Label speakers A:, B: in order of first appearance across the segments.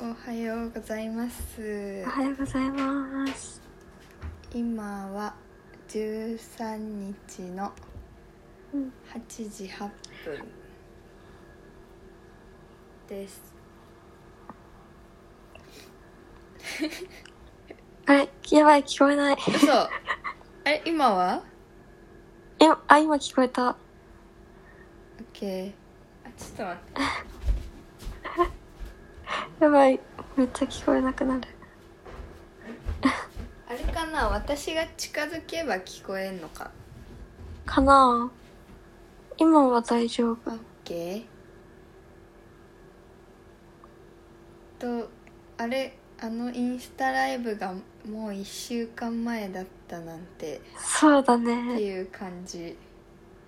A: おはようございます
B: おはようございます。
A: 今は13日の
B: うん
A: 8時8分です
B: あれ、やばい、聞こえない。
A: 嘘 あれ今は
B: え、あ、今聞こえた。
A: ?OK あちょっと待って
B: やばい、めっちゃ聞こえなくなる。
A: あれかな私が近づけば聞こえんのか
B: かなぁ今は大丈夫。
A: OK とあれあのインスタライブがもう1週間前だったなんて
B: そうだ
A: って
B: ね。
A: いう感じ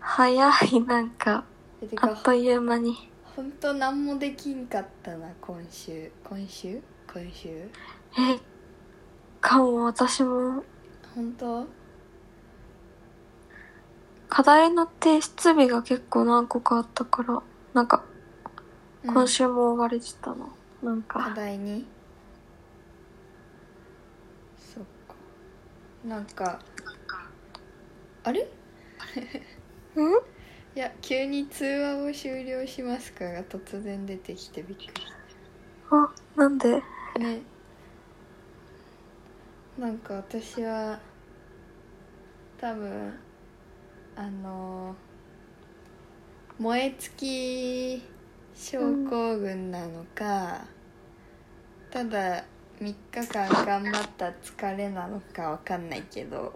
B: 早い、なんか。
A: て
B: あ
A: か
B: っという間に。
A: ほんと何もできんかったな今週今週今週
B: え、かも、私も。
A: 本当
B: 課題の提出日が結構何個かあったから、なんか、今週も終われてたの。なん
A: うん課
B: か、
A: 題にそっかなんかあれ
B: ん
A: いや急に通話を終了しますかが突然出てきてびっくりし
B: あ、なんで
A: たねなんか私は多分あの燃え尽き症候群なのか、ただ3日間頑張った疲れなのかわかんないけど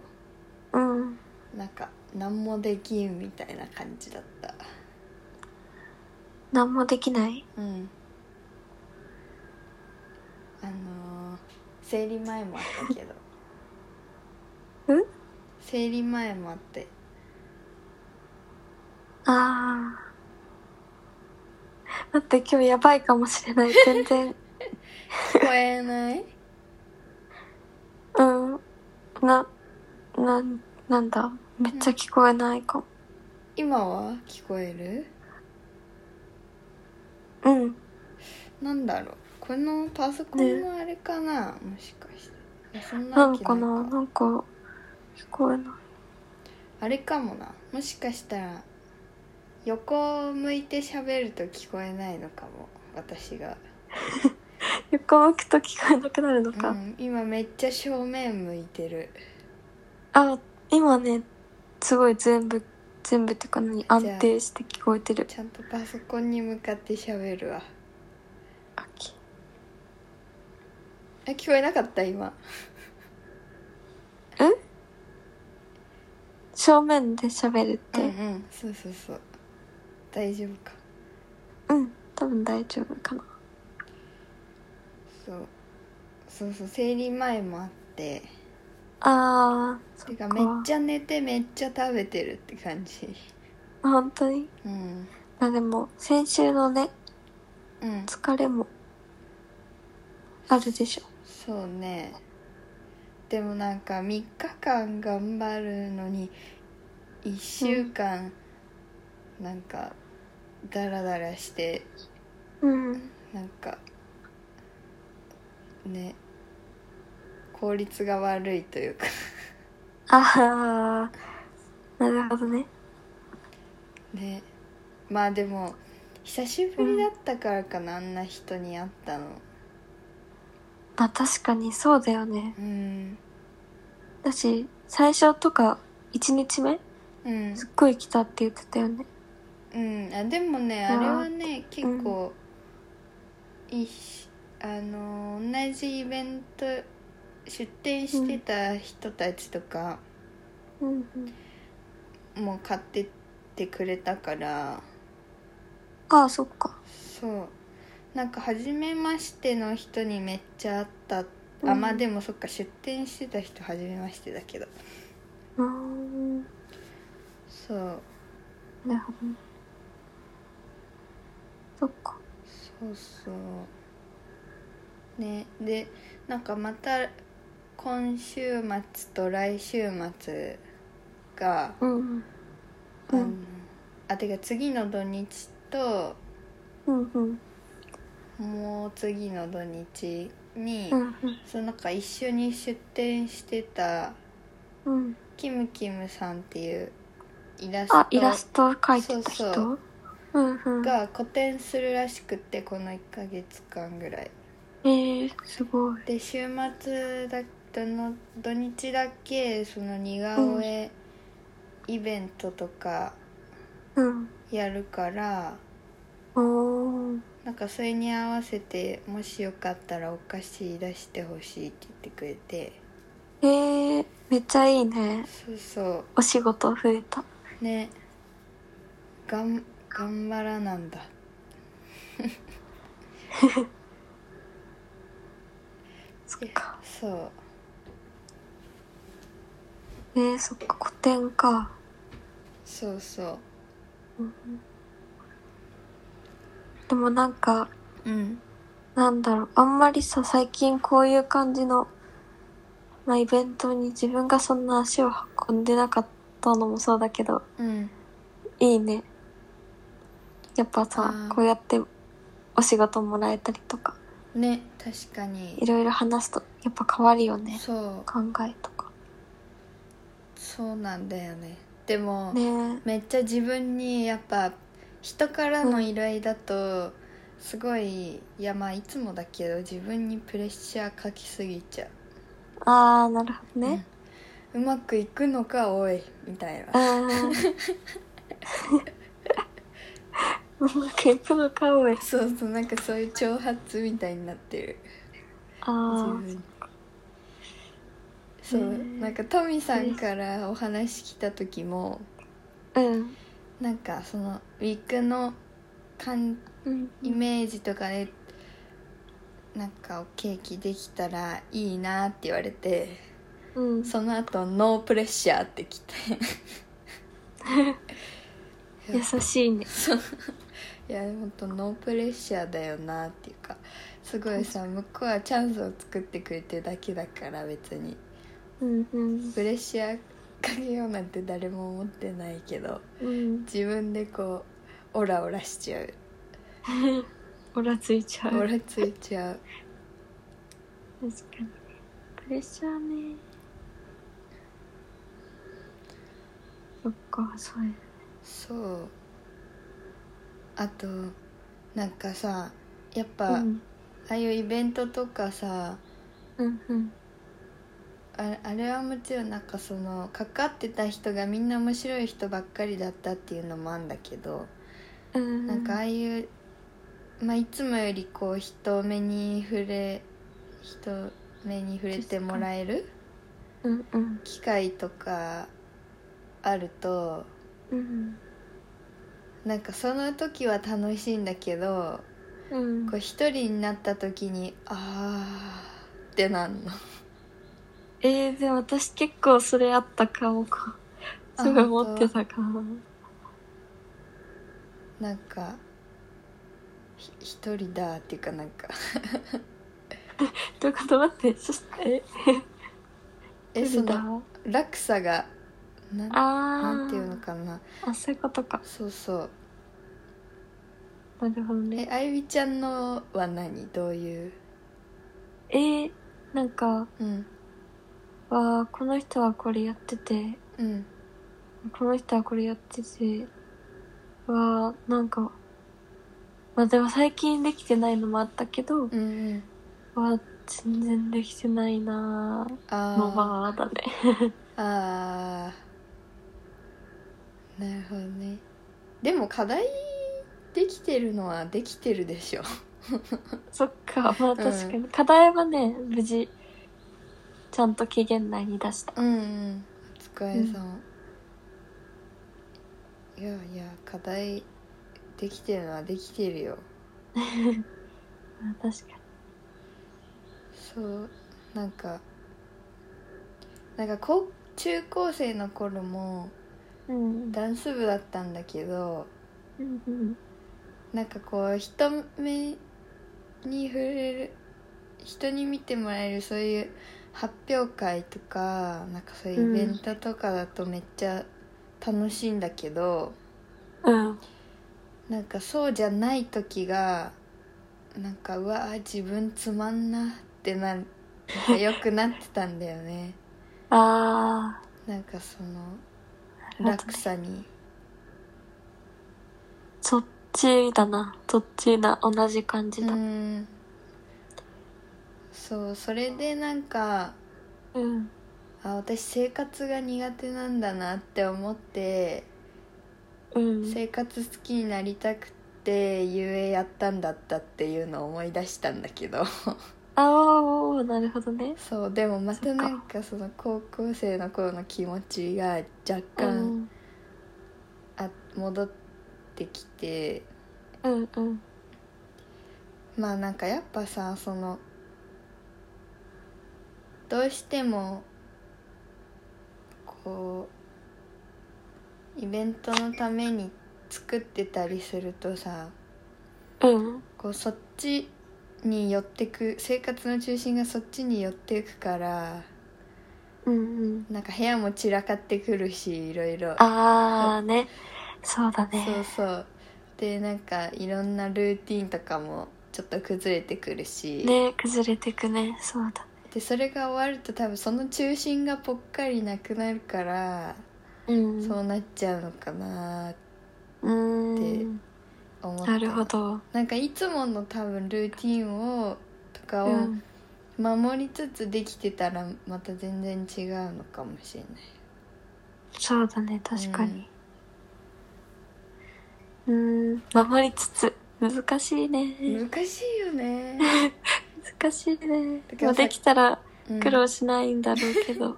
B: うん。
A: なんか何もできんみたいな感じだった
B: 何もできない
A: うんあのー生理前もあった けど
B: ん
A: 生理前もあって
B: ああ。待って、今日やばいかもしれない。全然。
A: 聞こえない
B: うん。な、なん、なんだ。めっちゃ聞こえないかも。
A: 今は聞こえる
B: うん。
A: なんだろうこのパソコンのあれかな、もしかしていやそん
B: な
A: なんわけ
B: かな、
A: いか
B: なんか、聞こえない。
A: あれかもなもしかしたら横を向いて喋ると聞こえないのかも私が、
B: 横向くと聞こえなくなるのか。
A: うん、今めっちゃ正面向いてる
B: あ、今ね、すごい全部、全部っていうか何、安定して聞こえてる。
A: ちゃんとパソコンに向かって喋るわ
B: あき
A: え聞こえなかった今
B: 正面で喋るって。うん、
A: んそうそうそう大丈夫か
B: 多分大丈夫かな。
A: そうそうそう生理前もあって
B: ああ、そ
A: て
B: っ
A: か
B: か。
A: めっちゃ寝てめっちゃ食べてるって感じ
B: 本当に
A: うん
B: あでも先週のね
A: うん
B: 疲れもあるでしょ
A: そうねでもなんか3日間頑張るのに1週間なんかダラダラして
B: うん
A: なんかね効率が悪いというか
B: ああなるほどね
A: ねまあでも久しぶりだったからかな、あんな人に会ったの
B: まあ確かにそうだよね
A: うん
B: だし最初とか1日目
A: うん
B: すっごい来たって言ってたよね
A: うんあでもね
B: あー
A: あれはね結構、いいしあの同じイベント出店してた人たちとか
B: うんうん
A: も買ってってくれたから、
B: ああそっか
A: そうなんか初めましての人にめっちゃ会ったあ、
B: うん
A: まあでもそっか出店してた人初めましてだけど
B: うーんな
A: そう
B: るほどねそっか
A: そうそうねでなんかまた今週末と来週末が、
B: うん
A: あ
B: う
A: の
B: ん
A: あてか次の土日と
B: うんうん
A: もう次の土日に、
B: うん
A: そのなんか一緒に出店してた
B: うんうん
A: キムキムさんっていうイラス
B: あイラス
A: ト
B: ト描いてた
A: そうそ
B: 人うんうん
A: が個展するらしくってこの1ヶ月間ぐらい
B: えー、すごい
A: で週末だどの土日だけその似顔絵イベントとか
B: うん
A: やるから、
B: おー
A: なんかそれに合わせてもしよかったらお菓子出してほしいって言ってくれて
B: えー、めっちゃいいね
A: そうそ
B: お仕事増えた
A: うねがん頑張らなんだ
B: そっか
A: そう
B: えー、そっか古典か
A: そうそ
B: でもなんか
A: ううん
B: なんだろうあんまりさ最近こういう感じの、まあ、イベントに自分がそんな足を運んでなかったのもそうだけど
A: うん
B: いいねやっぱさ
A: あー
B: こうやってお仕事もらえたりとか
A: ね確か
B: い
A: に
B: ろいろ話すとやっぱ変わるよね
A: そう
B: 考えとか
A: そうなんだよねでも、
B: ね
A: めっちゃ自分にやっぱ人からの依頼だとすごい、いやまあいつもだけど自分にプレッシャーかきすぎちゃ
B: ああなるほど
A: う
B: ね、、
A: うんうまくいくのかおいみたいな
B: うーんうまくいくのかおい
A: そうそうなんかそういう挑発みたいになってる自
B: あ
A: 分そう、
B: うん
A: なんかトミさんからお話来た時も
B: あうん
A: なんかそのウィッグの感
B: うん
A: イメージとかでなんかケーキできたらいいなって言われて
B: うん
A: その後ノープレッシャーってきて
B: 優しいね
A: いや本当ノープレッシャーだよなっていうかすごいさ向こうはチャンスを作ってくれてるだけだから別に
B: うんうん
A: プレッシャーかけようなんて誰も思ってないけど
B: うん
A: 自分でこうオラオラしちゃう
B: オラついちゃう
A: オ
B: 確か
A: ラついちゃう
B: にプレッシャーねそっかそうや
A: そうあとなんかさやっぱ、
B: うん
A: ああいうイベントとかさ
B: うんうん
A: ああれはもちろんなんかそのかかってた人がみんな面白い人ばっかりだったっていうのもあんだけど、
B: うん
A: なんかああいう、まあ、いつもよりこう人目に触れ人目に触れてもらえる
B: うんうん
A: 機会とかあると
B: うん
A: なんかその時は楽しいんだけど
B: うん
A: こう一人になった時にあーってなんの。
B: えー、でも私結構それあったかもか
A: あ
B: すごい持ってたかも
A: なんかひ一人だっていうかなん か
B: どういうこと待ってそしてえ
A: えそ
B: 無理だ
A: の落差がなん
B: あー
A: なんていうのかな
B: あそういうことか
A: そうそう
B: なるほどね
A: えあゆみちゃんのは何どういう
B: えー、なんか
A: うん
B: わーこの人はこれやってて
A: うん
B: この人はこれやっててわーなんかまあでも最近できてないのもあったけど、
A: うんうん
B: わー全然できてないなーの
A: あ
B: まあだね
A: ーあーなるほどねでも課題できてるのはできてるでしょ
B: そっかまあ確かに、課題はね無事ちゃんと期限内に出した
A: うんうんお疲れ様、いやいや課題できてるのはできてるよ
B: あ確か
A: そうなんかなんか高中高生の頃も
B: にうん
A: ダンス部だったんだけど
B: うんうん
A: なんかこう人目に触れる人に見てもらえるそういう発表会とかなんかそういうイベントとかだとめっちゃ楽しいんだけど、
B: うん
A: なんかそうじゃない時がなんかうわ自分つまんなってななんか良くなってたんだよね
B: あ
A: なんかその
B: ー、なる
A: 落
B: ほどね。
A: 差に
B: そっちだな。そっちだ。同じ感じ
A: う
B: だ。
A: んそうそれでなんか
B: うん。
A: あ私生活が苦手なんだなって思って
B: うん。
A: 生活好きになりたくてゆえやったんだったっていうのを思い出したんだけど
B: ああ、なるほどね。
A: そうでもま
B: そ
A: た
B: っ
A: な
B: か
A: んかその高校生の頃の気持ちが若
B: う
A: 干
B: ん。
A: あ戻ってきて
B: うんうん。
A: まあなんかやっぱさそのどうしてもこうイベントのために作ってたりするとさ
B: うん。
A: こうそっちに寄ってく生活の中心がそっちに寄っていくから
B: うんうん。
A: なんか部屋も散らかってくるしいろいろ
B: ああ、ね。そうだ
A: そう
B: ね。
A: そうでなんかいろんなルーティンとかもちょっと崩れてくるし、
B: ね、崩れてくね。そうだ。
A: でそれが終わると多分その中心がぽっかりなくなるから、
B: うん。
A: そうなっちゃうのかなって
B: うん。
A: 思って
B: なるほど。
A: なんかいつもの多分ルーティンをとか
B: う
A: を
B: ん。
A: 守りつつできてたらまた全然違うのかもしれない
B: そうだね。確かに。うん。守りつつ。難しいね。
A: 難しいよ ね、
B: 難しいね
A: だ。から
B: まあ
A: さ
B: できたら
A: うん、
B: 苦労しないんだろうけど。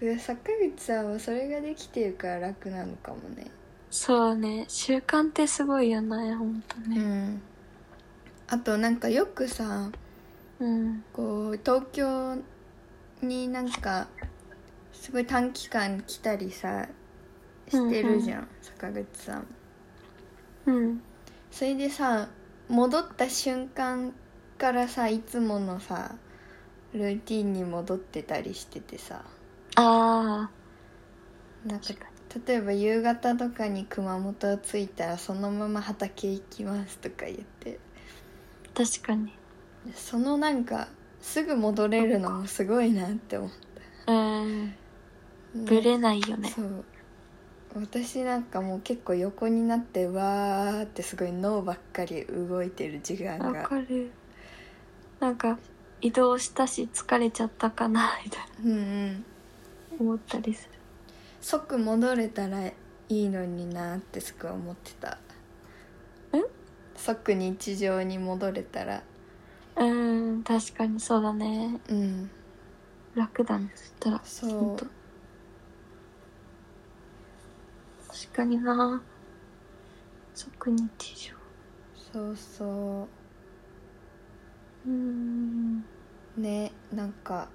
A: で坂口さんはそれができてるから楽なのかもね
B: そうね。習慣ってすごいよね。ほんと
A: う
B: ね。
A: んあとなんかよくさ
B: うん。
A: こう東京になんかすごい短期間来たりさしてるじゃん、坂口さん
B: うん。
A: それでさ戻った瞬間からさいつものさルーティンに戻ってたりしててさ
B: あ
A: なんか
B: 確か
A: 例えば夕方とかに熊本着いたらそのまま畑行きますとか言って
B: あ、確かに。
A: そのなんかすぐ戻れるのもすごいなって思
B: うん。
A: う、ね
B: ぶれないよね。
A: そう私なんかもう結構横になってわーってすごい脳ばっかり動いてる時間
B: わ
A: が
B: かる。なんか、移動したし疲れちゃったかな、 みたいな
A: うんうん
B: 思ったりする。
A: 即戻れたらいいのになってすごい思ってた
B: え
A: 即日常に戻れたら
B: うん、確かにそうだね。
A: うん
B: 楽だね、そしたら。ほ
A: そ
B: んと
A: う
B: 確かにな。即日常。
A: そうそ
B: うん。
A: うねなんか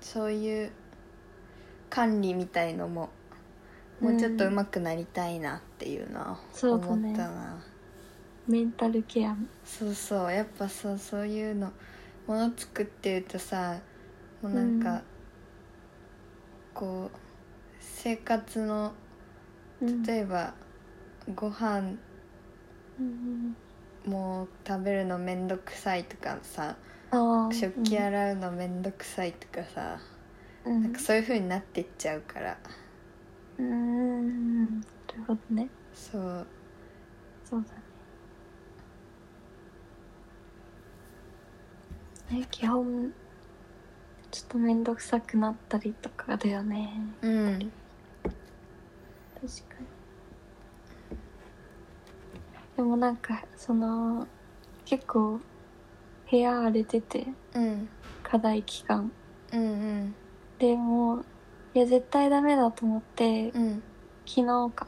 A: そういう管理みたいのももうちょっと上手くなりたいなっていうのは
B: そ
A: 思
B: うだね
A: ったな
B: メンタルケア。
A: そうそうやっぱさそういうのもの作ってるとさもうなんか、
B: うん
A: こう生活の
B: うん
A: 例えばご飯
B: うん
A: もう食べるのめんどくさいとかさ
B: ああ。
A: 食器洗うのめんどくさいとかさ、
B: うん
A: なんかそういう風になってっちゃうから
B: うん。なるほどね。
A: そう
B: そうだね。ね基本、ちょっとめんどくさくなったりとかだよね。
A: うん
B: 確かに。でもなんか、その、結構、部屋荒れてて、
A: うん
B: 課題期間。
A: うんうん
B: でも、いや、絶対ダメだと思って、
A: うん
B: 昨日か、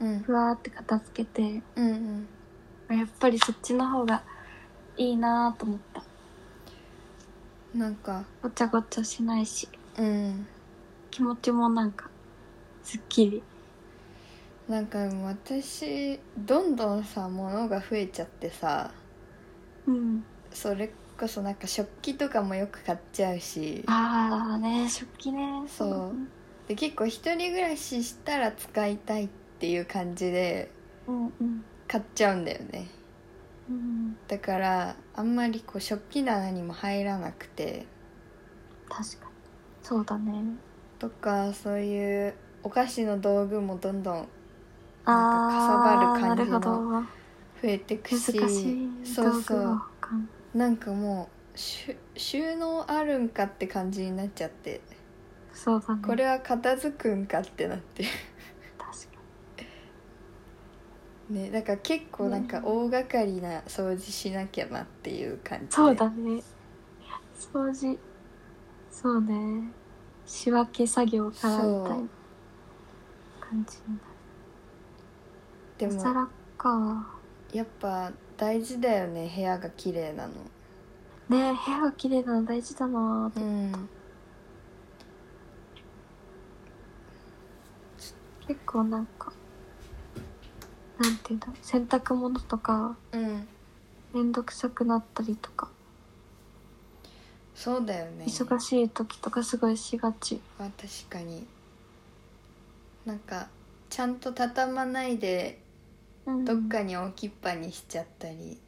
A: うん
B: ふわーって片付けて、
A: うんうん
B: やっぱりそっちの方がいいなーと思った。
A: なんか
B: ごちゃごちゃしないし
A: うん
B: 気持ちもなんかすっきり
A: なんかもう私どんどんさ物が増えちゃってさ
B: うん
A: それこそなんか食器とかもよく買っちゃうし
B: ああね食器ね
A: そうで結構一人暮らししたら使いたいっていう感じで
B: うんうん
A: 買っちゃうんだよね
B: うん、
A: だからあんまりこう食器棚にも入らなくて
B: 確かに。そうだね。
A: とかそういうお菓子の道具もどんどんなんかかさば
B: あー
A: る感じの
B: なるほど。
A: 増えてく
B: 難
A: し
B: しい
A: そうそ
B: 道具を
A: う
B: 保管
A: なんかもうしゅ収納あるんかって感じになっちゃって
B: そうだね。
A: これは片付くんかってなって
B: 確か
A: ねだから結構なんか
B: ね
A: 大掛かりな掃除しなきゃなっていう感じで
B: そうだね。掃除。そうね。仕分け作業からみたいな感じに
A: で
B: なる。お皿
A: も
B: か。
A: やっぱ大事だよね部屋が綺麗なの
B: ねえ、部屋が綺麗なの大事だなぁ
A: うん
B: 結構なんか、なんていうんだろう洗濯物とか、
A: うん
B: めんどくさくなったりとか、
A: そうだよね
B: 忙しい時とかすごいしがち。
A: まあ確かになんかちゃんと畳まないで
B: うん
A: どっかに置きっぱにしちゃったり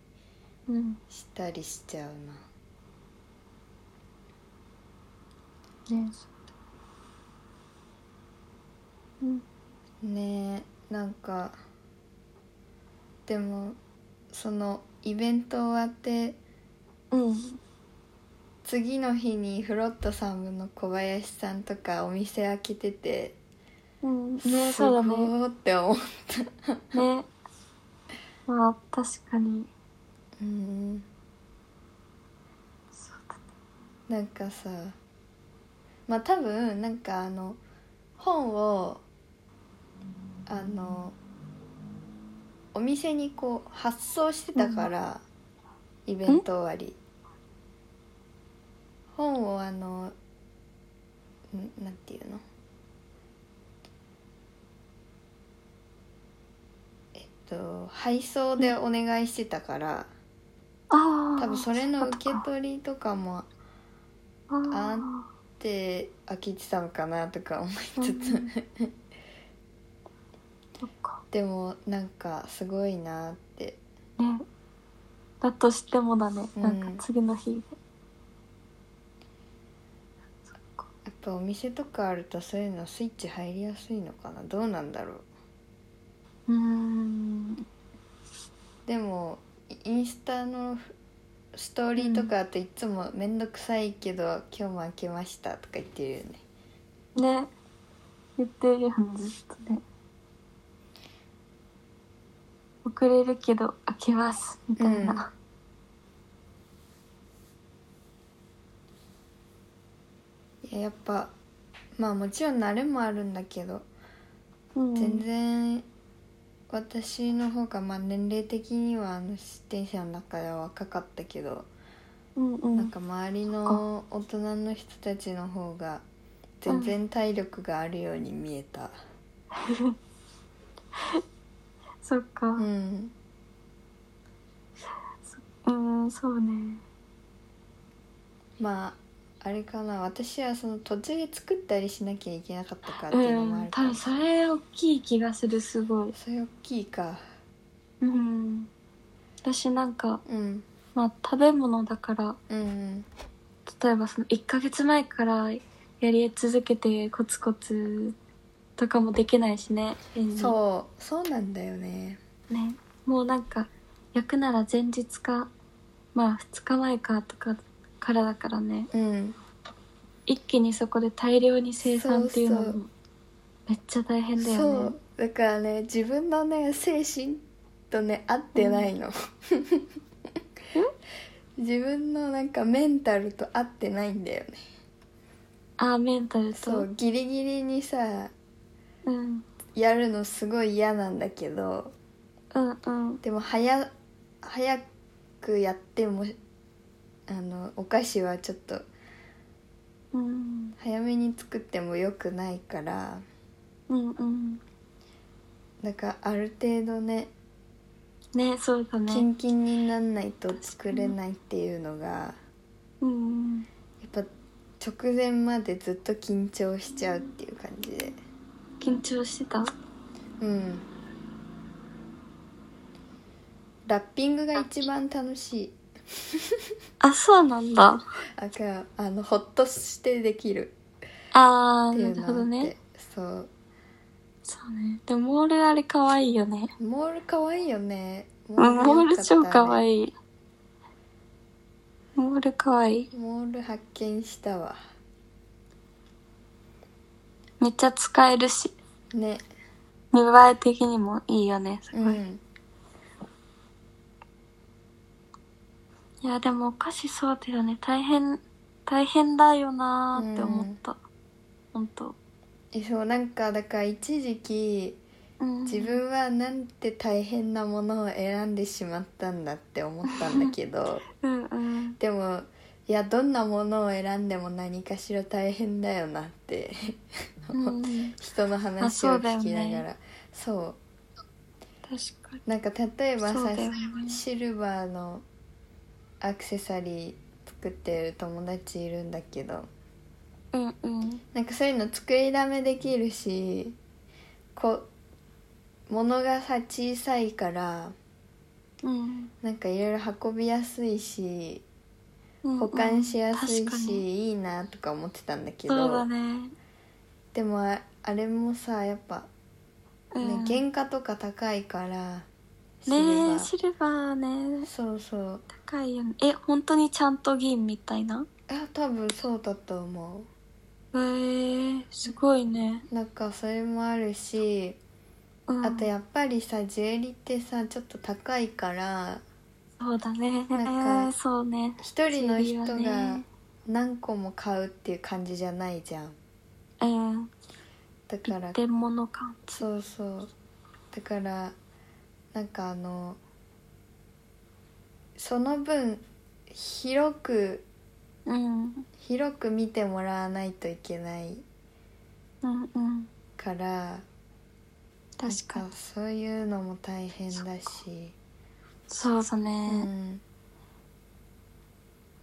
B: うん。
A: したりしちゃうな
B: ねそううん。
A: ねえなんかでもそのイベント終わって
B: うん。
A: 次の日にフロットさんの小林さんとかお店開けてて
B: うん。ね
A: す
B: そう
A: ご
B: だね。
A: ーって思う
B: ね。まあ、確かに。
A: うん
B: そうだ
A: な
B: ね。
A: んかさまあ多分なんかあの本をあのお店にこう発送してたから、イベント終わり本をあのんなんていうのえっと配送でお願いしてたから
B: ああ。
A: 多分それの受け
B: そっか
A: 取りとかも
B: あ
A: あ
B: あ
A: んって開けてたのかなとか思い
B: うんう
A: つ
B: ん
A: つ、
B: そっか。
A: でもなんかすごいなって
B: ね。だとしてもだね。なんか
A: うん
B: 次の日で。そっか。
A: やっぱお店とかあるとそういうのスイッチ入りやすいのかなどうなんだろう
B: うーん。
A: でもイインスタのフストーリーとかだといつも「めんどくさいけど今日も開けました」とか言ってるよね
B: ね。言ってるよね、ずっとね。遅れるけど開けますみたいな、
A: いややっぱまあもちろん慣れもあるんだけど
B: うん、
A: 全然私の方がまあ年齢的にはあの出店者の中では若かったけど
B: うんうん
A: なんか周りの大人の人たちの方が全然体力があるように見えた
B: そっか、
A: うん
B: うーん、そうね。
A: まああれかな私はその途中で作ったりしなきゃいけなかったからっていうのもあ
B: うん、
A: る
B: 多
A: かも
B: 分それ大きい気がする、すごい。
A: それ大きいか
B: うん。私なんか、
A: うん
B: まあ食べ物だから、
A: うん
B: 例えばその1ヶ月前からやり続けてコツコツとかもできないしね。
A: うんそうそうなんだよね
B: う。ね。もうなんか、焼くなら前日か、まあ2日前かとかからだからね、
A: うん
B: 一気にそこで大量に生産っていうの
A: そうそ
B: も、めっちゃ大変だ
A: そ
B: よね
A: う。だからね自分のね精神とね合ってないの、 自分のなんかメンタルと合ってないんだよね
B: ああ、メンタルと。
A: そうギリギリにさ
B: うん。
A: やるのすごい嫌なんだけど
B: うんうん
A: でも早早くやってもあのお菓子はちょっと
B: うん
A: 早めに作っても良くないから
B: うんうん
A: だからある程度ね
B: ねそうだ
A: キ
B: ね
A: ンキンになんないと作れないっていうのが
B: うんうん
A: やっぱ直前までずっと緊張しちゃうっていう感じで
B: 緊張してた
A: うんラッピングが一番楽しい
B: あ、そうなんだ。
A: あかあのほっとしてできる
B: あ
A: っ
B: ー、
A: てい
B: な
A: う
B: る
A: の
B: ほ
A: があっ
B: ど
A: て、
B: ね。
A: そう
B: そうね。でも、モールあれ可愛いよね。
A: モール可愛いよねモ
B: うんモー
A: 良か
B: ル
A: ったね
B: 超可愛い。モール可愛い。
A: モール発見したわ
B: めっちゃ使えるし、
A: ね
B: 見栄え的にもいいよね。すご
A: う
B: い。い
A: ん
B: や、でもお菓子そうだよね。大変、大変だよなーって思った。ほんと。
A: えそうなんかだから一時期
B: うん。
A: 自分はなんて大変なものを選んでしまったんだって思ったんだけ ど
B: うんうん。
A: でもいやどんなものを選んでも何かしら大変だよなって
B: うん、
A: 人の
B: あ
A: 話を
B: そうだよ
A: 聞
B: ね
A: きながらそう,、
B: 確かに。
A: なんか例えば
B: そうだ
A: さ、
B: よね
A: シルバーのアクセサリー作ってる友達いるんだけど
B: うんうん。
A: なんかそういうの作りだめできるしこ物がさ小さいから
B: うん。
A: なんかいろいろ運びやすいし
B: うん
A: 保管しやす
B: うん
A: い
B: 確か
A: し、
B: に
A: いいなとか思ってたんだけ
B: そうだ
A: ど、
B: ね。
A: でもああれもさやっぱ、
B: う
A: ね
B: ん、ね
A: 原価とか高いからシルバ
B: え、
A: ー
B: シルバーね。
A: そうそう
B: 高いよね。え、本当にちゃんと銀みたいな
A: あ多分そうだと思
B: へえー、すごいね。
A: うなんかそれもあるし、
B: うん、
A: あとやっぱりさジュエリーってさちょっと高いから
B: そうだね。
A: なんか
B: そうね。
A: 一人の人
B: ジュエリーは
A: が
B: ね
A: 何個も買うっていう感じじゃないじゃん
B: うん。
A: だから
B: 一点物感。
A: そうそうだからなんかあのその分広く
B: うん。
A: 広く見てもらわないといけない
B: うんうん。
A: から
B: 確か
A: なん
B: に。
A: かそういうのも大変だし
B: そうだ
A: う
B: ね。
A: ん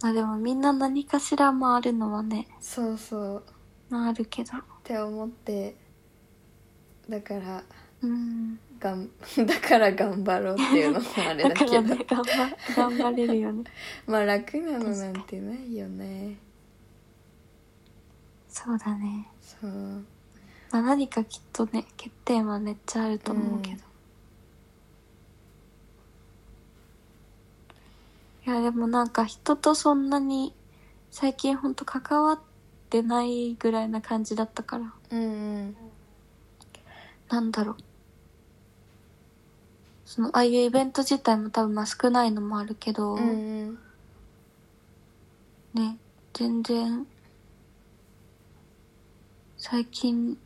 B: まあでもみんな何かしら回るのはね、
A: そうそう
B: まああるけど。
A: って思ってだから
B: うん。
A: がん だから頑張ろうっていうのもあれ
B: だ
A: だ
B: か
A: け
B: ら
A: ど
B: ね、頑張、頑張れるよ ね。
A: まあ楽なのなんてないよね
B: そうだね。
A: そう
B: まあ何かきっとね、欠点はめっちゃあると思うけど。いや、でもなんか人とそんなに、最近ほんと関わってないぐらいな感じだったから、
A: うんうん
B: なんだろう。その、ああいうイベント自体も多分まあ少ないのもあるけど、
A: うんうん
B: ね、全然、最近、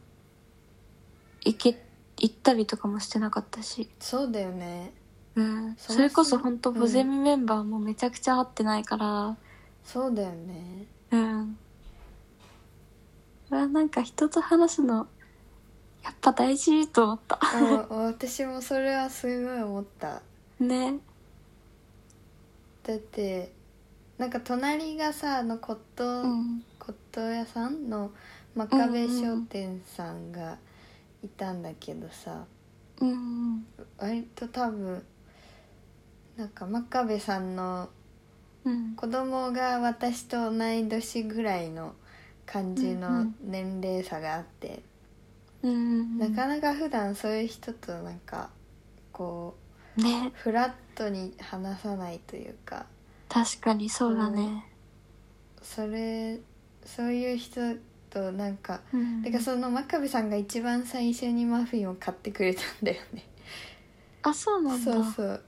B: 行け、行ったりとかもしてなかったし、
A: そうだよね
B: うん。
A: そもそも
B: それこそ本当
A: うん
B: ボゼミメンバーもめちゃくちゃ会ってないから、
A: そうだよ ね
B: うん。うわ、なんか人と話すの、やっぱ大事と思った。
A: あ私もそれはすごい思った
B: ね。
A: だってなんか隣がさあの骨董、
B: うん。
A: 骨董屋さんの真壁商店さんがいたんだけどさ
B: うん。
A: 割と多分なんか真壁さんの
B: うん。
A: 子供が私と同い年ぐらいの感じ
B: うんう
A: の
B: ん
A: 年齢差があって、
B: うん。
A: なかなか普段そういう人となんかこ
B: ね
A: う。フラットに話さないというか
B: 確かにそうだね。
A: それそういう人となんか、
B: うん。
A: てかその真壁さんが一番最初にマフィンを買ってくれたんだよね
B: あ、そうなんだ。
A: そうそう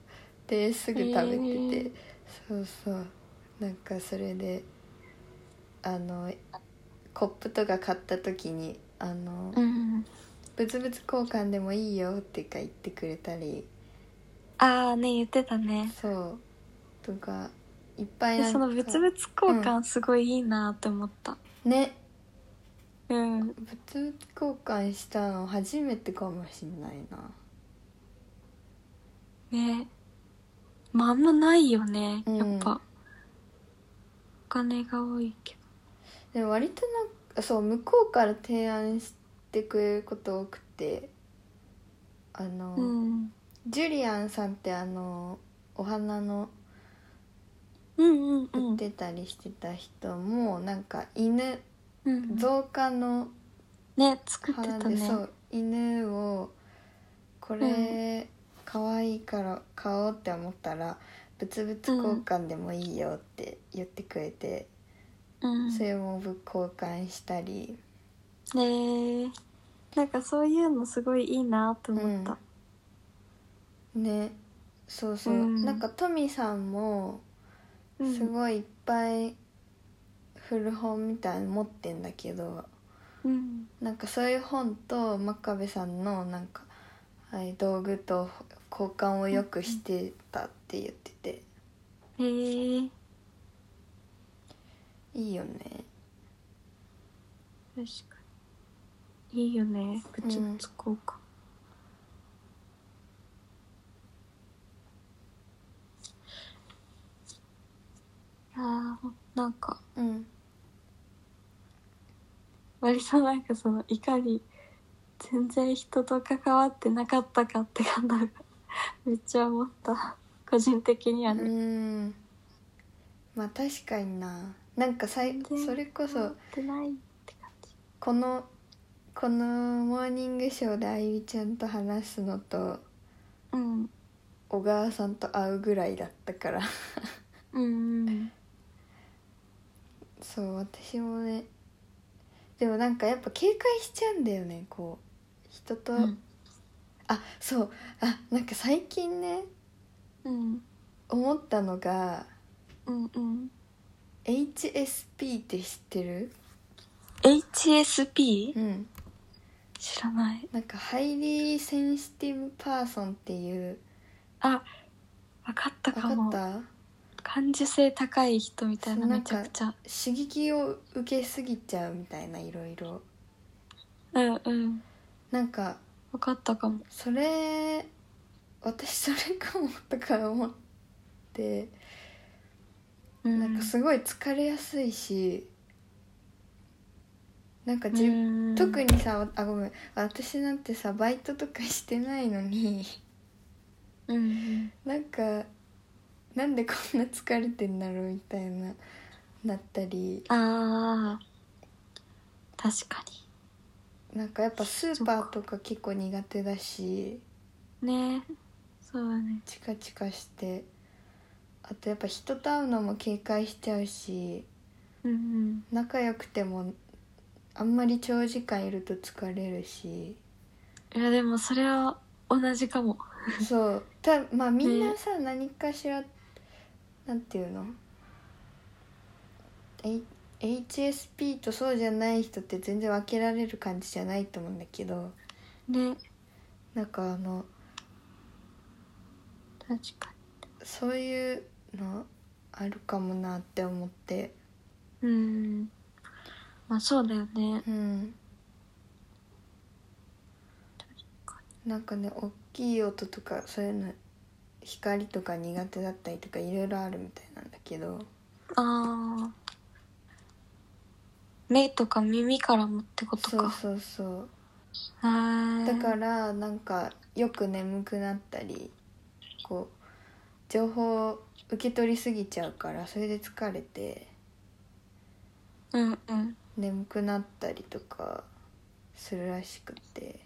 A: ですぐ食べてて、
B: へえ
A: そうそうなんかそれであのコップとか買った時に「あの
B: うん。
A: ブツブツ交換でもいいよ」ってか言ってくれたり
B: ああね言ってたね
A: そうとかいっぱい
B: で
A: なん
B: そ
A: か
B: の物々交換すごいいいなって思った
A: ね
B: うん、
A: ブツブツ交換したの初めてかもしんないな
B: ねまああんまないよね
A: うん
B: やっぱ、お金が多いけ
A: でも割となんかそう向こうから提案してくれること多くてあの、
B: どうん
A: ジュリアンさんってあのお花の
B: うんうんう
A: 売っ
B: ん。
A: てたりしてた人も、なんか犬
B: うん
A: 造花の
B: ね、作って
A: 花
B: た
A: で、
B: ね
A: そ。う犬をこれ可愛、いから買おうって思ったら物々交換でもいいよって言ってくれて、
B: うん。
A: そ
B: ね
A: れもぶ交換したり、
B: え。なんかそういうのすごいいいなと思った。
A: ねそうそう、
B: うん
A: なんかトミさんも
B: うん
A: すごいいっぱい古本みたいの持ってんだけど
B: うん。
A: なんかそういう本と真壁さんのなんか、はい、道具と交換をよくしてたって言ってて、
B: へえ。
A: いいよね
B: 確かに。いいよね。
A: う
B: ぶ
A: ん
B: ちぶつこうか。ああ、なんか、
A: うん
B: 割となんかその怒り、全然人と関わってなかったかって感動がめっちゃ思った。個人的には
A: う
B: ね。
A: んまあ確かにななんかさい
B: 全然
A: それこそ
B: ってないって感じ。
A: このこの「モーニングショー」であゆみちゃんと話すのと
B: うん。
A: 小川さんと会うぐらいだったから
B: うんうん。
A: そう私もねでもなんかやっぱ警戒しちゃうんだよねこう人と、
B: うん
A: あそうあなんか最近ね
B: うん。
A: 思ったのが
B: うんうん。
A: HSP って知ってる
B: HSP?
A: うん
B: 知らない。
A: なんかハイリーセンシティブパーソンっていう
B: あ、わかった
A: 分
B: か
A: かっ
B: も。
A: た
B: 感受性高い人みたいな
A: そうな
B: め
A: ん
B: ち
A: か
B: ゃくちゃ。
A: 刺激を受けすぎちゃうみたいないろいろ
B: うんうん。
A: なんか
B: わかったかも。
A: それ私それかもとか思って、
B: うん。
A: なんかすごい疲れやすいしなんかじ、
B: うん
A: 特。にさあごめん私なんてさバイトとかしてないのに
B: うん
A: なんかなんでこんな疲れてんだろうみたいななったり
B: うん。ああ。確か
A: なんかやっぱスーパーとか結構苦手だし
B: に。ねそうだね。
A: チカチカしてあとやっぱ人と会うのも警戒しちゃうし
B: うんうん。
A: 仲良くてもあんまり長時間いると疲れるし
B: いやでもそれは同じかも。
A: そうたまあみんな
B: ね
A: さ、何かしらなんていうの、H、HSP とそうじゃない人って全然分けられる感じじゃないと思うんだけど
B: ね
A: なんかあの
B: 確か
A: そういうのあるかもなって思って
B: に。うん。まあそうだよね。
A: うん
B: か
A: なんかね大きい音とかそういうの光とか苦手だったりとかいろいろあるみたいなんだけど
B: ああ。目とか耳からもってこと
A: そう
B: か。
A: そうそう
B: は。
A: だかららなんかよく眠くなったりこう情報を受け取りすぎちゃうからそれで疲れて
B: うんうん。
A: 眠くなったりとかするらしくて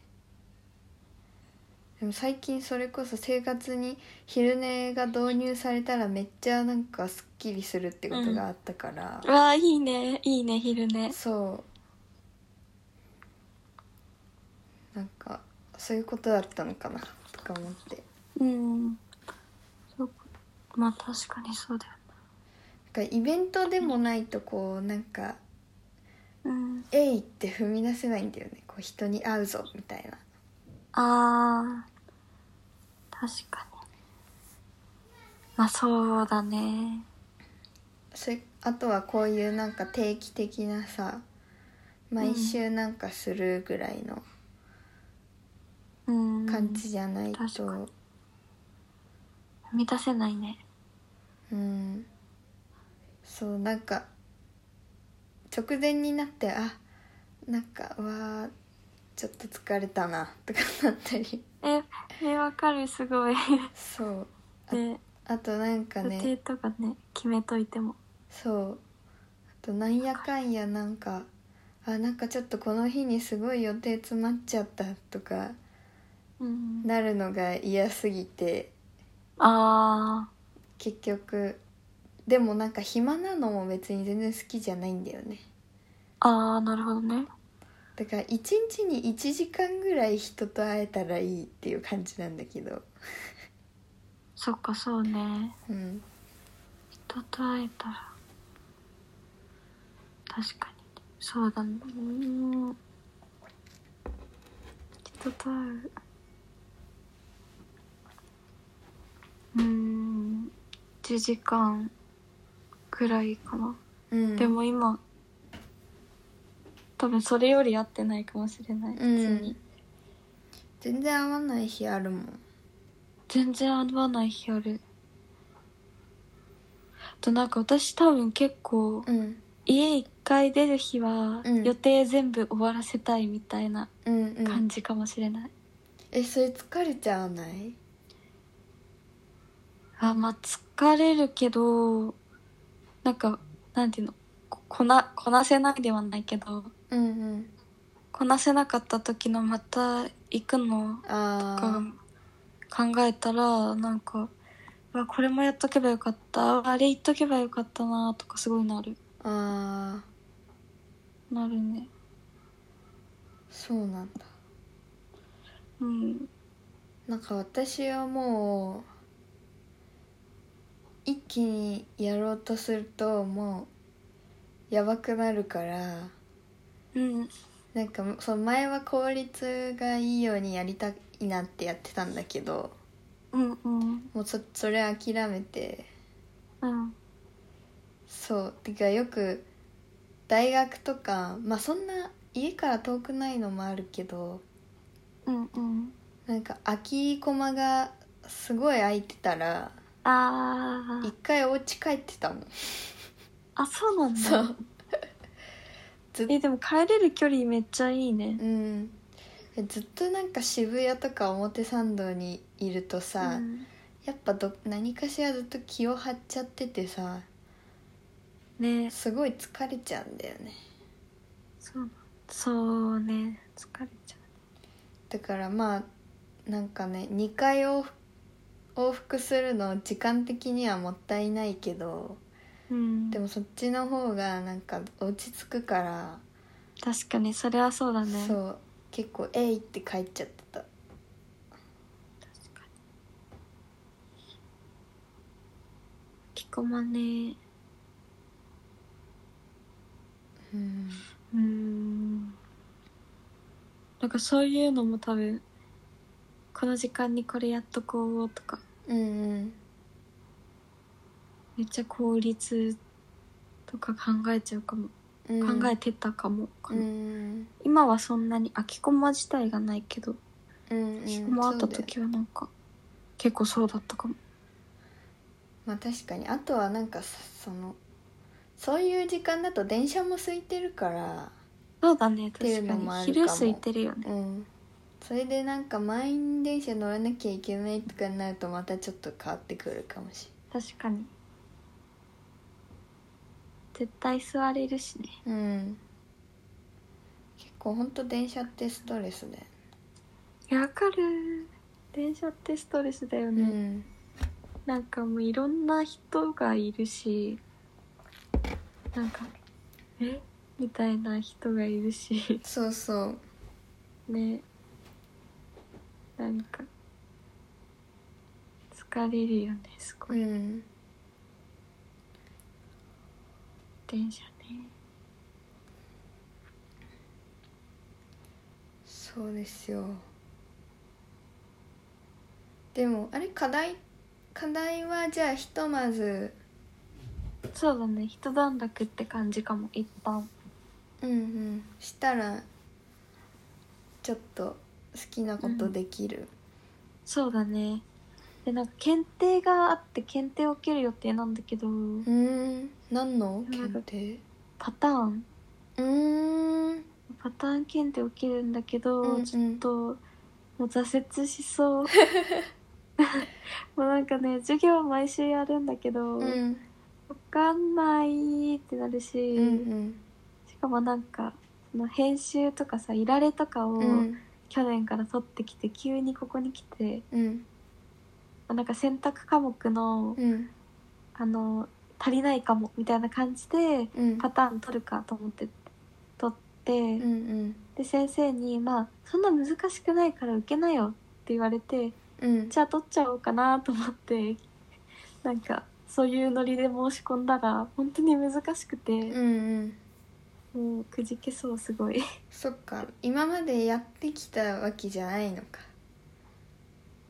A: でも最近それこそ生活に昼寝が導入されたらめっちゃなんかすっきりするってことがあったから、
B: わあいいねいいね昼寝
A: そうなんかそういうことだったのかなとか思って
B: うんそうまあ確かにそうだよ
A: なんかイベントでもないとこうなんか
B: うん
A: 「えい!」って踏み出せないんだよねこう人に会うぞみたいな
B: あー確かにまあそうだね
A: それあとはこういうなんか定期的なさ毎週なんかするぐらいの
B: うん
A: 感じじゃない
B: うん確
A: と、うん
B: 踏み出せないね
A: そうなんか直前になってあなんかうわーちょっと疲れたなとかなったり
B: ええわかるすごい
A: そう
B: ね
A: あとなんか
B: 予
A: ね
B: 定とかね決めといても
A: そうあとなんやかんやなんかあなんかちょっとこの日にすごい予定詰まっちゃったとか
B: うん
A: なるのが嫌すぎて
B: あ
A: 結局でもなんか暇なのも別に全然好きじゃないんだよね
B: ーあーなるほどね
A: だから一日に1時間ぐらい人と会えたらいいっていう感じなんだけど
B: そっかそうね
A: うん
B: 人と会えたら確かにそうだねうん人と会ううん1時間くらいかな、
A: うん
B: でも今多分それより会ってないかもしれない、
A: うん
B: 普通に
A: 全然会わない日あるもん
B: 全然合わない日あるあとなんか私多分結構、
A: うん
B: 家一回出る日は
A: うん
B: 予定全部終わらせたいみたいな
A: うんう
B: 感
A: ん
B: じかもしれない、
A: えそれ疲れちゃわない
B: あまあ疲れるけどなんかなんていうのここなこなせないではないけど
A: うんうん
B: こなせなかった時のまた行くの
A: あ
B: が
A: あ
B: 考えたらなんかうわこれもやっとけばよかったあれ言っとけばよかったなとかすごいなる
A: あ
B: なる
A: ー
B: ね
A: そうなんだ
B: うん
A: なんか私はもう一気にやろうとするともうやばくなるから
B: うん
A: なんかそう前は効率がいいようにやりたいなってやってたんだけど
B: うんうん
A: もうそそれ諦めて
B: うん
A: そうてかよく大学とかまあそんな家から遠くないのもあるけど
B: うんうん
A: なんか空き駒がすごい空いてたら
B: ああ
A: 一回お家帰ってたもん
B: あそうなんだ
A: そうず
B: えでも帰れる距離めっちゃいいね
A: うんえずっとなんか渋谷とか表参道にいるとさ、
B: うん
A: やっぱど何かしらずっと気を張っちゃっててさ
B: ね
A: すごい疲れちゃうんだよね
B: そうそうね疲れちゃ
A: だからまあなんかね2回往復往復するの時間的にはもったいないけど
B: ううん
A: で
B: でも
A: もそっちの方がなんか落ち着くから、
B: 確かにそれはそうだね
A: そう結構「えい!」って帰っちゃってた
B: 確かに着込まね
A: うん
B: うんなんかそういうのも多分この時間にこれやっとこうとか
A: うんうん
B: めっちゃ効率とか考えちゃうかも、
A: うん
B: 考えてたかもか
A: う
B: な、
A: ん
B: 今はそんなに空きコマ自体がないけど
A: うんうん
B: 空きコマあった
A: そうだよ
B: 時はなんか結構そうだったかも
A: まあ確かにあとはなんかさそのそういう時間だと電車も空いてるから
B: そうだね
A: てい
B: 確
A: う
B: か
A: のも
B: に
A: あるかも
B: 昼空いてるよね
A: うんそれでなんか満員電車乗らなきゃいけないとかになるとまたちょっと変わってくるかもし
B: 確かに絶対座れるしね
A: れないうん結構ほんと電車ってストレスだよ
B: いやわかる電車ってストレスだよね、
A: ね
B: なんかもういろんな人がいるしなんかえみたいな人がいるし
A: そうそう
B: ねなんか疲れるよねすご
A: う
B: い、
A: ん
B: 電車ね
A: そうですよでもあれ課題課題はじゃあひとまず
B: そうだね一段落って感じかも一旦
A: うんうんしたらちょっと好きなことできる、
B: そうだねでなんか検定があって検定を受ける予定なんだけど
A: うーん何の
B: なん
A: 検
B: か
A: 定
B: パターン
A: うーん
B: パターン検定を受けるんだけど、
A: うんうん
B: ちょっともう挫折しそう もうなんかね授業毎週やるんだけど、
A: う
B: わ
A: ん
B: かんないってなるし、
A: うん
B: しかもなんかその編集とかさいられとかを
A: うん
B: 去年から取ってきて、急にここに来て
A: うん
B: あなんか選択科目の、
A: うん
B: あの足りないかもみたいな感じで
A: うん
B: パターン取るかと思って取って、
A: うんうん
B: で先生に「まあそんな難しくないから受けなよ」って言われて。
A: うん
B: じゃあ取っちゃおうかなと思って なんかそういうノリで申し込んだら本当に難しくて、
A: うんうん
B: もうくじけそうすごい
A: そっか今までやってきたわけじゃないのか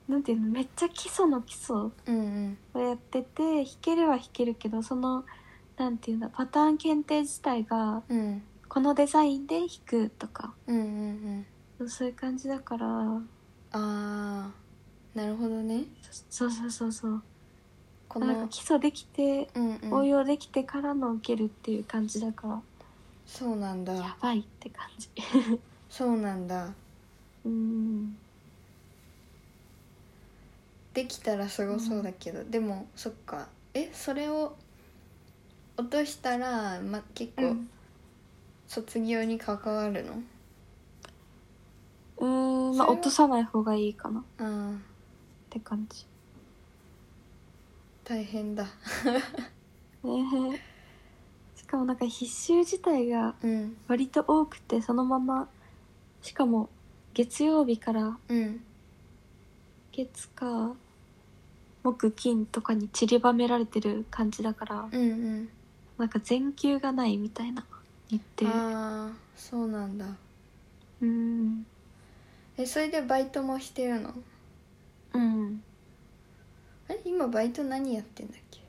B: なんていうのめっちゃ基礎の基礎を
A: うん
B: やってて弾けるは弾けるけどそのなんていうんだパターン検定自体が
A: うんうん
B: このデザインで弾くとか
A: うんうんうん
B: そういう感じだから
A: あーなるほどね
B: そそうそうそうそう
A: こ
B: なんか
A: の
B: 基礎できて
A: うん
B: 応
A: うん
B: 用できてからの受けるっていう感じだから、
A: そうなん
B: や
A: だ
B: ばいって感じ
A: そうなんだ
B: うん
A: できたらすごそうだけど、でもそっかえそれを落としたら、ま、結
B: う
A: 構
B: ん
A: 卒業に関わるの、
B: うーん、
A: そ
B: ま
A: れ
B: あ、
A: は
B: 落とさない方がいいかなっ
A: ああ
B: て感じ。
A: 大変だ
B: ねえ しかもなんか必修自体が
A: うん
B: 割と多くて、そのまま、しかも月曜日から
A: うん
B: 月か、木金とかに散りばめられてる感じだから、
A: うんうん
B: なんか全休がないみたいな日程。
A: ああそうなんだ
B: うん。
A: えそれでバイトもしてるの
B: うん。
A: え今バイト何やってんだっけ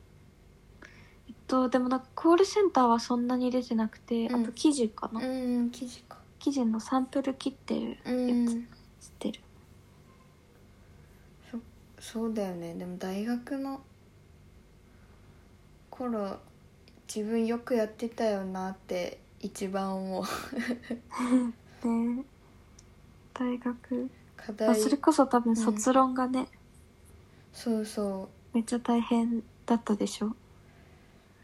B: えっと、でもなんかコールセンターはそんなに出てなくて、
A: うん
B: あと記事かな、
A: うんうん記事か
B: 記事のサンプル切ってるやつ、
A: うん
B: 知ってる。
A: そうだよねでも大学の頃自分よくやってたよなって一番思う
B: ね大学、
A: 課
B: まあ、
A: 題
B: それこそ多
A: ん
B: 分卒論がね、
A: そうそ
B: めっちゃ大変だったでしょ
A: う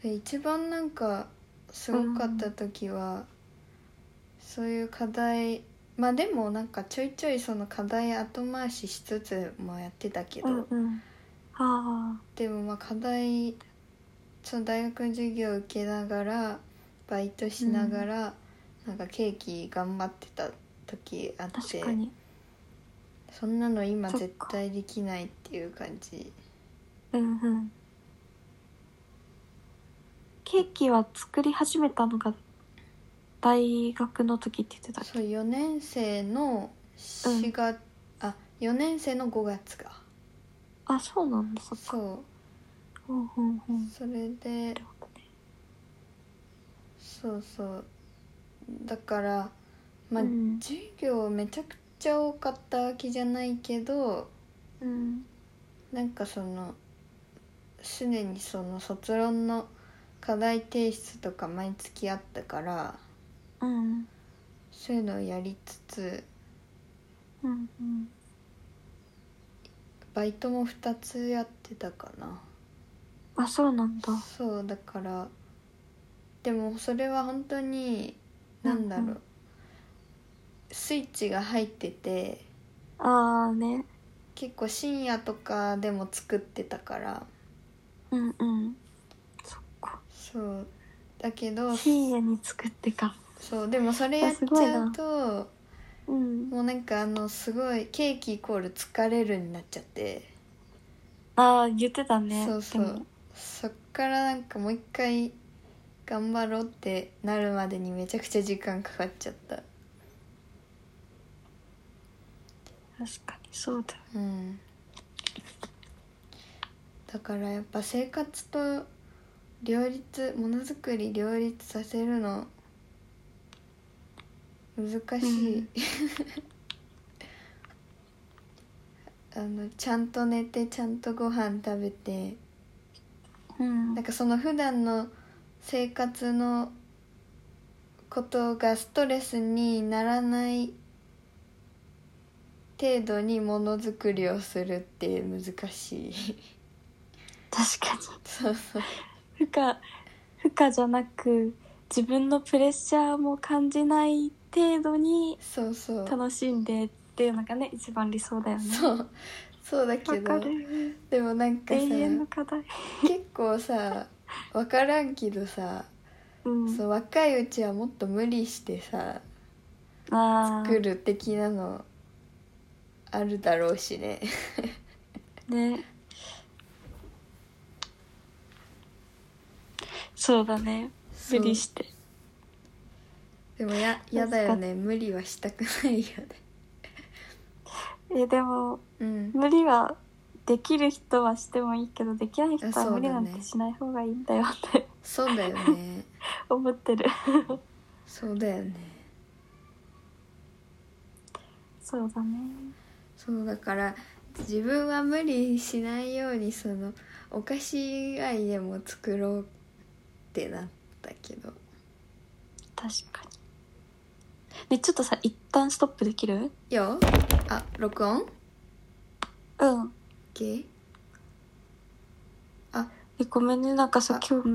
A: で一番なんかすごかった時は、そういう課題まあでもなんかちょいちょいその課題後回ししつつもやってたけど、
B: うんうんあ
A: でもまあ課題その大学の授業を受けながらバイトしながら、なんかケーキ頑張ってた時あっ
B: あ確
A: て
B: かに
A: そんなの今
B: そっか
A: 絶対できないっていう感じ
B: うんうんケーキは作り始めたのが大学の時って言ってたっけ
A: そう4年生の4月、あ4年生の5月か
B: あそうなんだそっか
A: そ
B: うんうんう
A: うんそれで
B: なるほどね
A: そうそうだからまあ、
B: うん
A: 授業めちゃくちゃ多かったわけじゃないけど
B: うん
A: なんかその常にその卒論の課題提出とか毎月あったから
B: うん
A: そういうのをやりつつ
B: うんうん
A: バイトも2つやってたかな
B: あそうなんだ
A: そうだからでもそれは本当に何だろう、
B: うんうん
A: スイッチが入ってて
B: ああね
A: 結構深夜とかでも作ってたから
B: うんうんそっか
A: そうだけど
B: 深夜に作ってか
A: そうでもそれやっち
B: あすごい
A: ゃう
B: な
A: と
B: うん
A: もうなんかあのすごいケーキイコール疲れるになっちゃって、
B: ああ言ってたね
A: そうそ
B: で
A: う
B: も
A: そっからなんかもう一回頑張ろうってなるまでにめちゃくちゃ時間かかっちゃった
B: 確かにそうだよ
A: うんだからやっぱ生活と両立ものづくり両立させるの難しい、 あのちゃんと寝てちゃんとご飯食べて
B: うん
A: なんかその普段の生活のことがストレスにならない程度にものづくりをするって難しい
B: 確かに
A: そうそう
B: 負荷負荷じゃなく自分のプレッシャーも感じない程度に
A: そうそう
B: 楽しんでっていうのがね一番理想だよね
A: そうそうだ
B: わ
A: け
B: か
A: ど
B: る
A: でもなんか
B: 永
A: さ
B: 遠の課題
A: 結構さ分からんけどさ、
B: うん
A: そう若いうちはもっと無理してさ
B: あ
A: 作
B: ー
A: る的なのあるだろうしね
B: ねそうだね無理して
A: でもややだよね無理はしたくないよね
B: えでも
A: うん
B: 無理はできる人はしてもいいけどできない人
A: あ
B: は
A: そうだ
B: 無理
A: ね
B: なんてしない方がいいんだよって
A: そうだよね
B: 思ってる
A: そうだよね
B: そうだね
A: そうだから自分は無理しないようにそのお菓子以外でも作ろうってなったけど
B: 確かにねちょっとさ一旦ストップできる
A: よあ録音
B: うん
A: ?OK?
B: えごめんねなんかさ
A: あ
B: 今日